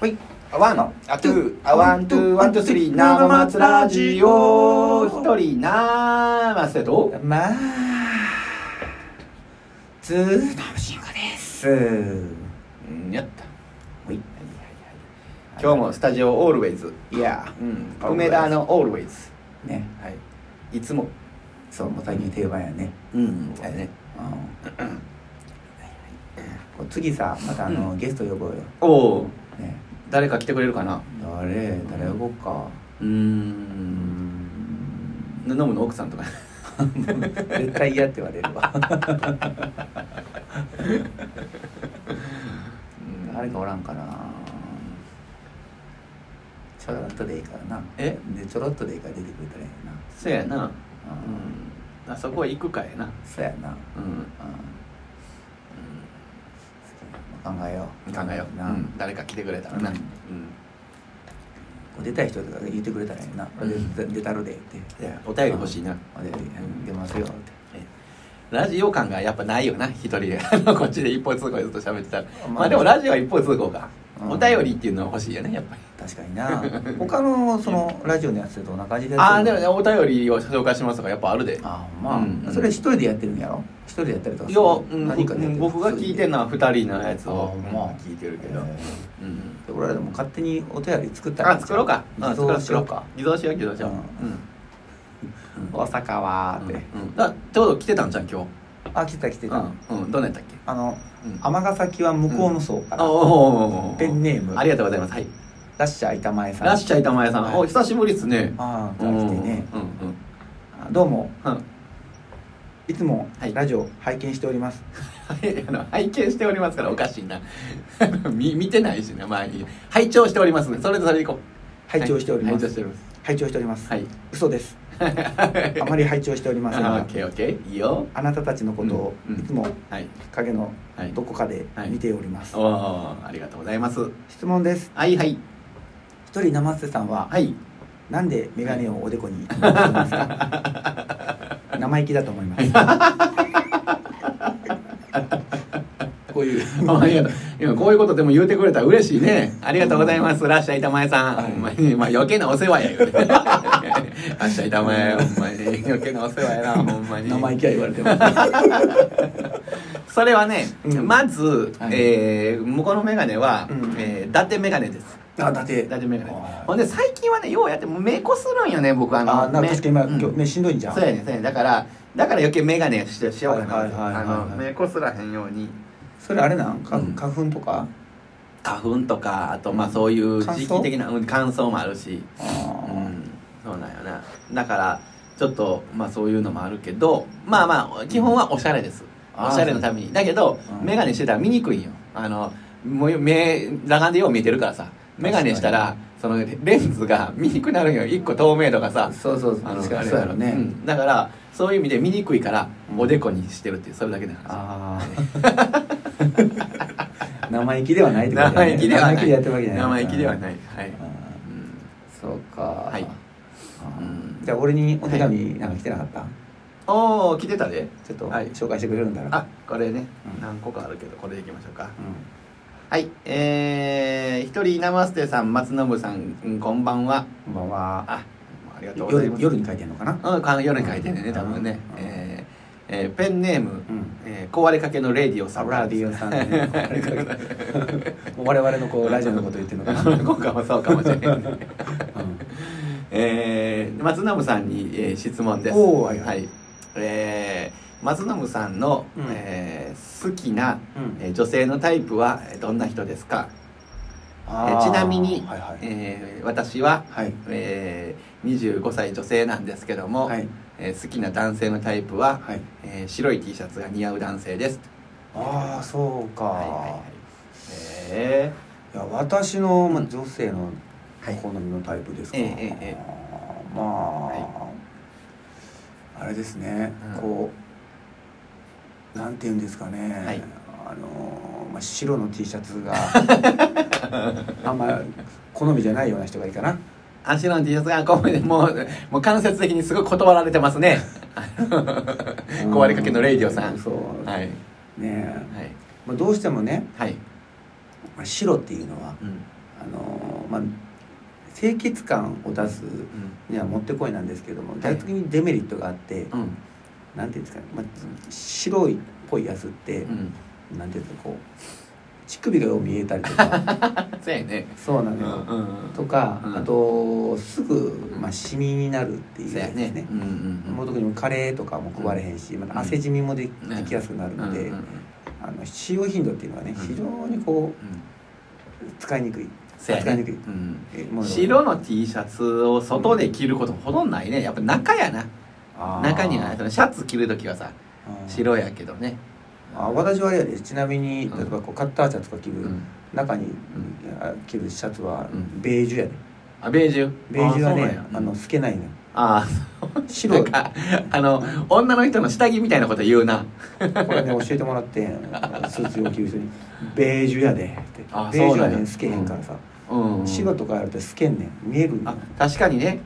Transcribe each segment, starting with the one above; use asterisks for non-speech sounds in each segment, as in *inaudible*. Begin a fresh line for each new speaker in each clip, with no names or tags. ほいあワンあツーあワンツーワンツースリー生松ラジオ一人なませと
まあずーたぶしんこです
うんやった
ほい
今日もスタジオオールウェイズいや
うん
梅田のオールウェイズ
ね
はいいつも
そうもう最近定番やね
うんだね
うんこう次さまたあの、ゲスト呼ぼうよ
おお
ね
誰か来てくれるかな
誰誰呼ぼうか
うーん飲むの奥さんとか
絶対嫌って言われるわ誰かおらんかなちょろっとでいいからな
え
でちょろっとでいいから出てくれたらいいな
*laughs* そうやな
う、
うんんあそこは行くかやな
そうやな
うん
うんうん、考えよう
考えよう、
な、
うん、誰か来てくれたらな、
うん
う
こう出たい人とか言ってくれたらええな、
うん
で出たるでって
ん、いやお便り欲しいな、
お便りうん出ますよって
ラジオ感がやっぱないよな一人で *laughs* あのこっちで一方通行ずっと喋ってたら
まあ
まあでもラジオは一方通行か、
うん
お便りっていうのは欲しいよねやっぱり
確かにな
*laughs*
他のそのラジオのやつと同じ感じでや
あ
っ
あ
て
で
る
もねお便りを紹介しますとかやっぱあるで
あーまあ、
うん
それ一人でやってるんやろ一人でやったりとか
いや、うん
何かでやってる
僕が聞いてるのは二人のやつを
あーまあ
聞いてるけど、
え
うん
ーで俺らでも勝手にお便り作ったらいい
あ
んちゃ
作ろうかん
偽造しよう
作ろ
か
偽造しよう偽造しよう
うん
うん
*laughs* 大阪はーって、
うんだちょうど来てたんじゃん今日
あ来てた来てた、
うん、うん、どんなやったっけ
あの
うん
尼崎は向こうの層から、
あおー
ペンネーム
ありがとうございますはい
ラッシャー板前さん
ラッシャー板前さん、
はい
お久しぶりっすね
ああ来てね
うんうん
あどうも
うん
いつも
はい
ラジオ拝見しております、
はいあの拝見しておりますからおかしいな *laughs* 見見てないしなまあいいや拝聴しておりますねそれでそれでいこう
拝聴しております
はい拝聴しております
拝聴しております、
はい
嘘です
*laughs*
あまり拝聴しておりません
あ
が
オッケーオッケーいいよ
あなたたちのことを
うんうん
いつも
はい
影の
はい
どこかで
はい
見ております、
おおありがとうございます
質問です
はいはい
一人生瀬さんは
はい *laughs*
なんで眼鏡をおでこにしてますか生意気だと思います
*laughs*
こういう
あありがとう今こういうことでも言うてくれたら嬉しいねありがとうございますラッシャー板前さん、
はい
ほんまにまあ余計なお世話やよね *laughs* ラッシャー板前ほんまに余計なお世話やなほんまに
生意気は言われてます
それはね、
うん
まず、
はい
えー向こうの眼鏡は、
うん
えー伊達眼鏡です
あだって
伊達眼鏡
あー
ほんで最近はねようやってもう目こするんよね僕あの
あなんか
目
確かに今、
うん
今日目しんどいんじゃん
そうやねそうやねだからだから余計眼鏡ししようかな、
はいはいはいはいはい
あの目こすらへんように
それあれなんか
うん
花粉とか、
花粉とかあとまあそういう
乾燥
時期的なうん乾燥もあるし
あ
う
ー
んそうなんよなだからちょっとまあそういうのもあるけどまあまあ基本はおしゃれです、
あー
おしゃれのためにだけど、
うん
眼鏡してたら見にくいんよあのもう目裸眼でよう見えてるからさ眼鏡したらそのレンズが見にくくなるんよ一個透明度がさ
そうそうそう
あの
確かに
そうやろ
ね
うんだからそういう意味で見にくいから
うん
おでこにしてるっていうそれだけの話
ああ *laughs* 生意気ではないってことだ
生
ね
意気ではな
生意気
い
でやってるわけじゃない
生意気ではないいはい、うん
そうか
はい
あー
うん
じゃあ俺にお手紙なんか来てなかった、
おお来てたで
ちょっと
はい
紹介してくれるんだろう、
あこれね、
うん
何個かあるけどこれでいきましょうか
う
はいえー、一人生捨てさん松信さん、うん、こんばんは
んこんばんは
あありがとうござい
夜
ます
夜に書いてんのかな
うんか夜に書いてるね多分ね、
うん
えーえーペンネーム、
うん
えー壊れかけのレディオさ
サ
ん
ブラディオ *laughs* さんねもう我々のこうラジオのこと言ってるのかな、うん
今回もそうかもしれない、えー、松信さんに、えー質問です
おーはいはい
えー松信さんの、
うん
えー好きな、
うん
えー女性のタイプはえーどんな人ですか
あ
え
ー
ちなみに、
はいはい
えー私は、
はい
えー25歳女性なんですけども、
はい
えー好きな男性のタイプは、
はい
えー白い T シャツが似合う男性です。
ああそうか、
はいはいはい。え
いや私の、まあ、女性の
はい
好みのタイプですか、
えええええ
まあ、あれですね、
うん
こうなんて言うんですかね、
はい
あの、まあ、白の T シャ
*laughs*
ツがあんま好みじゃないような人がいいかな
ー、アシロの T シャツがこうもうもう間接的にすごい断られてますね。 *laughs* 壊れかけのレイディオさん。
そう、
はい
ねえ
はい
まあ、どうしてもね、
はい。
まあ、白っていうのは
うん
あのまあ、清潔感を出すにはもってこいなんですけども逆にデメリットがあって、
うんうん
なんていうんですかね、まあ、白いっぽいやつって、
うん
なんていうんですかこう乳首がよう見えたりと
*laughs*
か
そうやね
そうなのよ、
ん
とか、
うん
あとすぐ、まあ、シミになるっていう
そう
や
や
つです
ね
ね
うんうん
もう特にカレーとかも食われへんし、ま
うん
た汗じみもで
ん
できやすくなる
うん
ので、
うんうん
あの使用頻度っていうのはね
うん
非常にこ
うん
う使いにくい
そうや
使い
ね
にくい
うん
えもの
白の T シャツを外で着ることほとんどないねやっぱ中やな
あー
中にはそのシャツ着るときはさ
うん
白やけどね
あ私はあれやでちなみに
うん
例えばこうカッターシャツとか着る、
うん
中にあ着るシャツは
うん
ベージュやで
あベージュ
ベージュはね
あそう
あ
なんや
の透けない
*laughs*
のよ
あ
白
なんかあの女の人の下着みたいなこと言うな
これね教えてもらってスーツを着る人に「ベージュやで」って
あ
ベー
そう
ジュは
なん
ね
や
透けへんからさ、
うん
白とかやると透けんねん見えるんだ
あ確かにね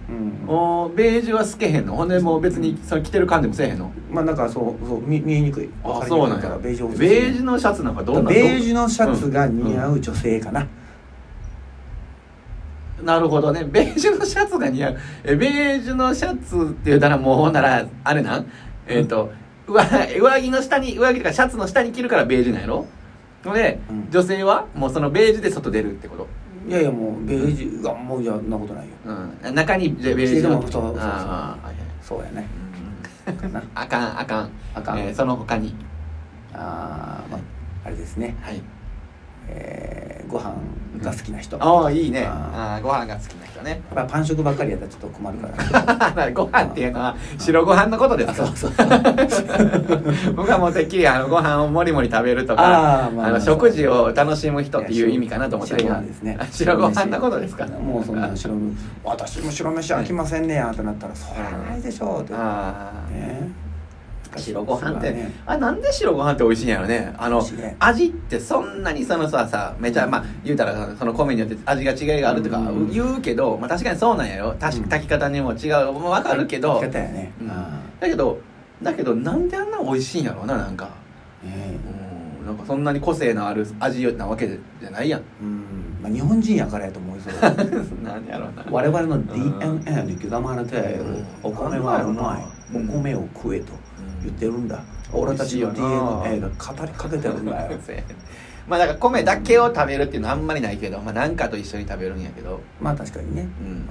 うん
おベージュは透けへんのほんでもう別にその着てる感じもせえへんの
まあなんかそうそう見見えにくいわかりくいからベージュおすすめ
ベージュのシャツなんかどんな
ベージュのシャツが似合う女性かな、
ュなるほどね *laughs* ベージュのシャツが似合うえベージュのシャツって言うたらもうほんならあれなんえっ、と上上着の下に上着とかシャツの下に着るからベージュなんやろので、
うん
女性はもうそのベージュで外出るってこと、
いやいやもうベージュがもうじゃあそんなことないよ
うん、中にベージュの
着てるのもそうそうそう
あーはいはい
そうやねか
*laughs*
な
あかんあかん
あかん
えーその他に
あーまああれですね
はい
えーご飯が好きな人、や
ああいいねあ
あ
ーご飯が好きな人ね *laughs*
っぱりパン食ばっかりやったらちょっと困るから
ご飯っていうのは白ご飯のことですか
そう
*laughs* 僕はもうてっきりあのご飯をもりもり食べるとか
あ
あ
ーまあ
の食事を楽しむ人っていう意味かなと思った
白
け
ご
ど
飯ですね
白ご飯のことですか
もうそんな白飯私も白飯飽きませんねやってなったらそりゃないでしょうって
あー
ね
白ご飯って、
そうだね
あなんで白ご飯って美味しいんやろねあ
美
の
味しいね
味ってそんなにそのささめちゃまあ言うたらその米によって味が違いがあるとか
うん
言うけど、まあ、確かにそうなんやろたし
うん
炊き方にも違うもう分かるけど、
生き方やね、
うん
あ
だけどだけどなんであんな美味しいんやろうななんか
ーね
うんなんかそんなに個性のある味なわけじゃないやん *laughs*
うん、まあ、日本人やからやと思いそうだ
なんやろうな
我々の DNA に刻まれている
うん
お米はうまい、
うん
お米を食えと言ってるんだ、俺たちの
美味しいよな
DNA が語りかけてるんだよ
*laughs* まあだから米だけを食べるっていうのはあんまりないけど、まあ、なんかと一緒に食べるんやけど
まあ確かにね、
うん、
うん、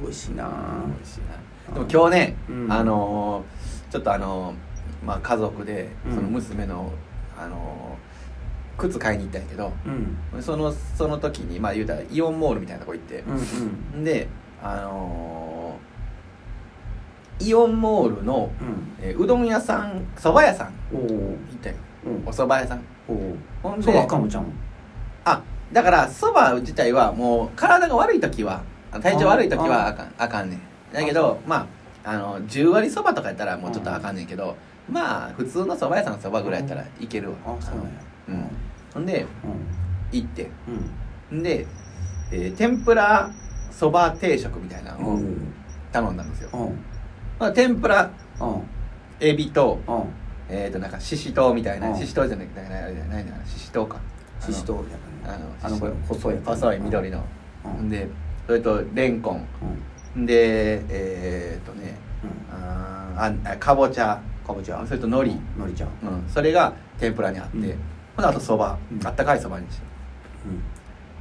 米美味しいな
美味しいなでも今日ね、
うん
あのーちょっとあのーまあ、家族で
うん
その娘の、あのー靴買いに行ったんやけど
うん
そのその時にまあ言うたらイオンモールみたいなとこ行って
う、んうん
であのーイオンモールの、
うん
えーうどん屋さんそば屋さん
おお
行ったよ
うん
おそば屋さん
おお
ほん
そ
で
ばかもちゃん
あだからそば自体はもう体が悪い時はあ体調悪い時は
あ
あかんあかんねんだけどまああの10割そばとかやったらもうちょっとあかんねんけどまあ普通のそば屋さんのそばぐらいやったらいけるわ
あそうなんや
うんほんで
う
行って
んうん
んで、えー天ぷらそば定食みたいなの
う
を
ん
頼んだんですよ、
うん
まあ、天ぷら
うん
エビと
うん
えっ、となんかししとうみたいな
うん
ししとうじゃなくてなんかあれじゃないなししとうか
シシトウやから
あ
ね
の
あのこれ細いやつ
細い緑の、
うん
ん、でそれとレンコン
うんうん
でえーっとねあーああかぼちゃ
かぼちゃ
それと海苔、
のりちゃん
うん、それが天ぷらにあって、
うん
ほんであとそば、
うん
あったかいそばにし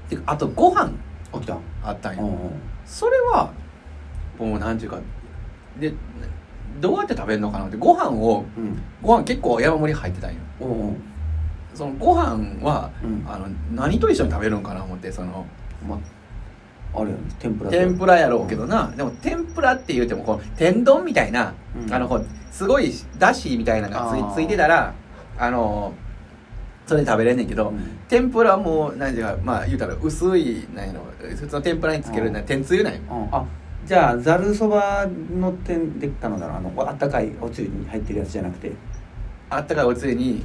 て
う
であとご飯
ん起きた
あったん
う
よ、
んうん
それはもうなんていうかでどうやって食べるのかなってご飯を
うん
ご飯結構山盛り入ってたんよ
おお
そのご飯は、
うん
あの何と一緒に食べるんかな思ってその
まあれやね天ぷらと
天ぷらやろうけどなでも天ぷらって言うてもこう天丼みたいな、
うん
あのこうすごいだしみたいなの
あ
が
ー
つついてたらあのそれで食べれんねんけど、
うん
天ぷらも何ていうかまあ言うたら薄いなんやろ普通の天ぷらにつけるな
あー
天つゆなんや
うんあじゃあざるそばの天でたのだろうあのあったかいおつゆに入ってるやつじゃなくて
あったかいおつゆに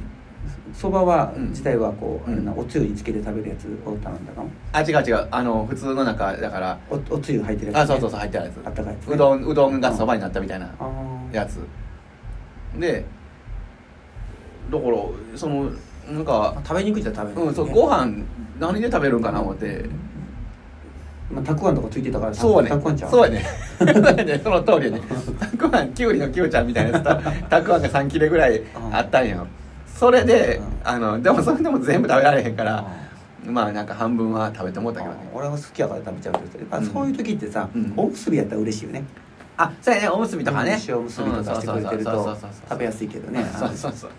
そばは
うん
自体はこう、
うん
あれなおつゆにつけて食べるやつを頼んだかも
あ違う違うあの普通の中だから
おおつゆ入ってるやつ、
あそうそうそう入ってあるやつ
あったかいやつね
うどんうどんがそばになったみたいな
あー
やつでだからそのなんか
まあ食べにくいじゃ食べにくい、
うん、そうご飯何で食べるんかな思って
まあ、たくあんとかついてたから
そうや
たくあん
ね
ちゃう
そうやね *laughs* そうやねその通りやねたくあんきゅうりのきゅうちゃんみたいなやつたたくあんが3切れぐらいあったんよそれで
うん
あのでもそれでも全部食べられへんか
あ
らまあなんか半分は食べてもうたけどね
俺は好きやから食べちゃうけどやっぱ
うん
そういう時ってさ、
うん
おむすびやったら嬉しいよね
あそうやねおむすびとかね
塩おむすびとかしてくれてる
うんそうそう
と
そうそう
食べやすいけどね
そうそうそう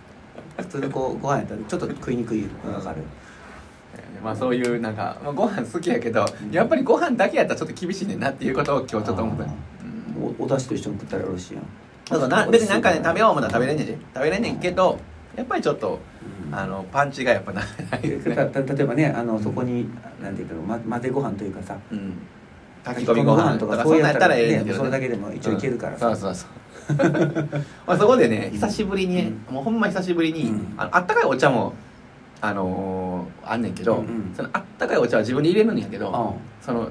普通にこうご飯やったらちょっと食いにくいのが分かる、
まあそういうなんか、まあ、ご飯好きやけどやっぱりご飯だけやったらちょっと厳しいねんなっていうことを今日ちょっと思ったようん
おお出汁と一緒に食ったらよろしいやん
そうそうな別になんかね食べよう思ったら食べれんねんで食べれんねんけどやっぱりちょっと
うん
あのパンチがやっぱなない
で
ですね
*laughs* たた例えばねあのそこになんていうか、ま、混ぜご飯というかさ
うん炊き込みご飯とかそんなんやったらええねんけど、ね、
それだけでも一応いけるからさ
うんそう *laughs* そうそうまあそこでね久しぶりに、
うん
もうほんま久しぶりに、
うん
あのあったかいお茶もあのーあんねんけど、
うんうん
そのあったかいお茶は自分で入れるんやけど、
う
その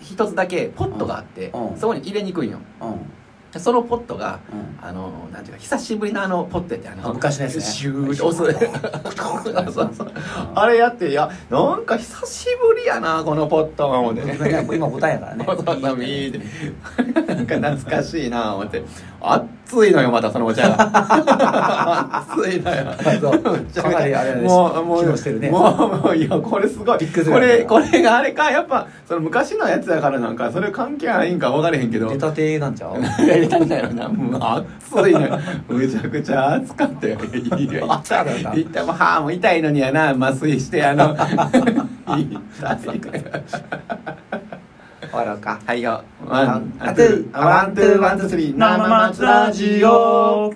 ひ一つだけポットがあって、
うんうん
そこに入れにくいよ
んうん
そのポットが
うん
あのなんていうか久しぶりのあのポットやってあの
昔のやつね
シューッと押す *laughs* そうそうそう
うん
あれやっていやなんか久しぶりやなこのポットは思って
僕 *laughs* ね今ボタンやか
*laughs*
らね
わざわざ見に行ってなんか懐かしいなぁ思って熱いのよまたそのお茶
*laughs*
が熱いのよ
そうかなりあれだね
もうも
機
う
能してるね
もうもういやこれすごい
ビッグセ
こ
ラー
れ
だ
これがあれかやっぱその昔のやつだからなんかそれ関係ないんか分かれへんけど
出たてなん
*laughs*
ちゃう
やりたんだよなもう暑いのよむちゃくちゃ暑かったよいいよ
暑かった
いったもう歯も痛いのにやな麻酔してあの痛い
笑うか
はいよ。ワ
ワ
ン
ン、
ツー、ワン、ツー、ワン、ツー、スリー、生松ラジオ。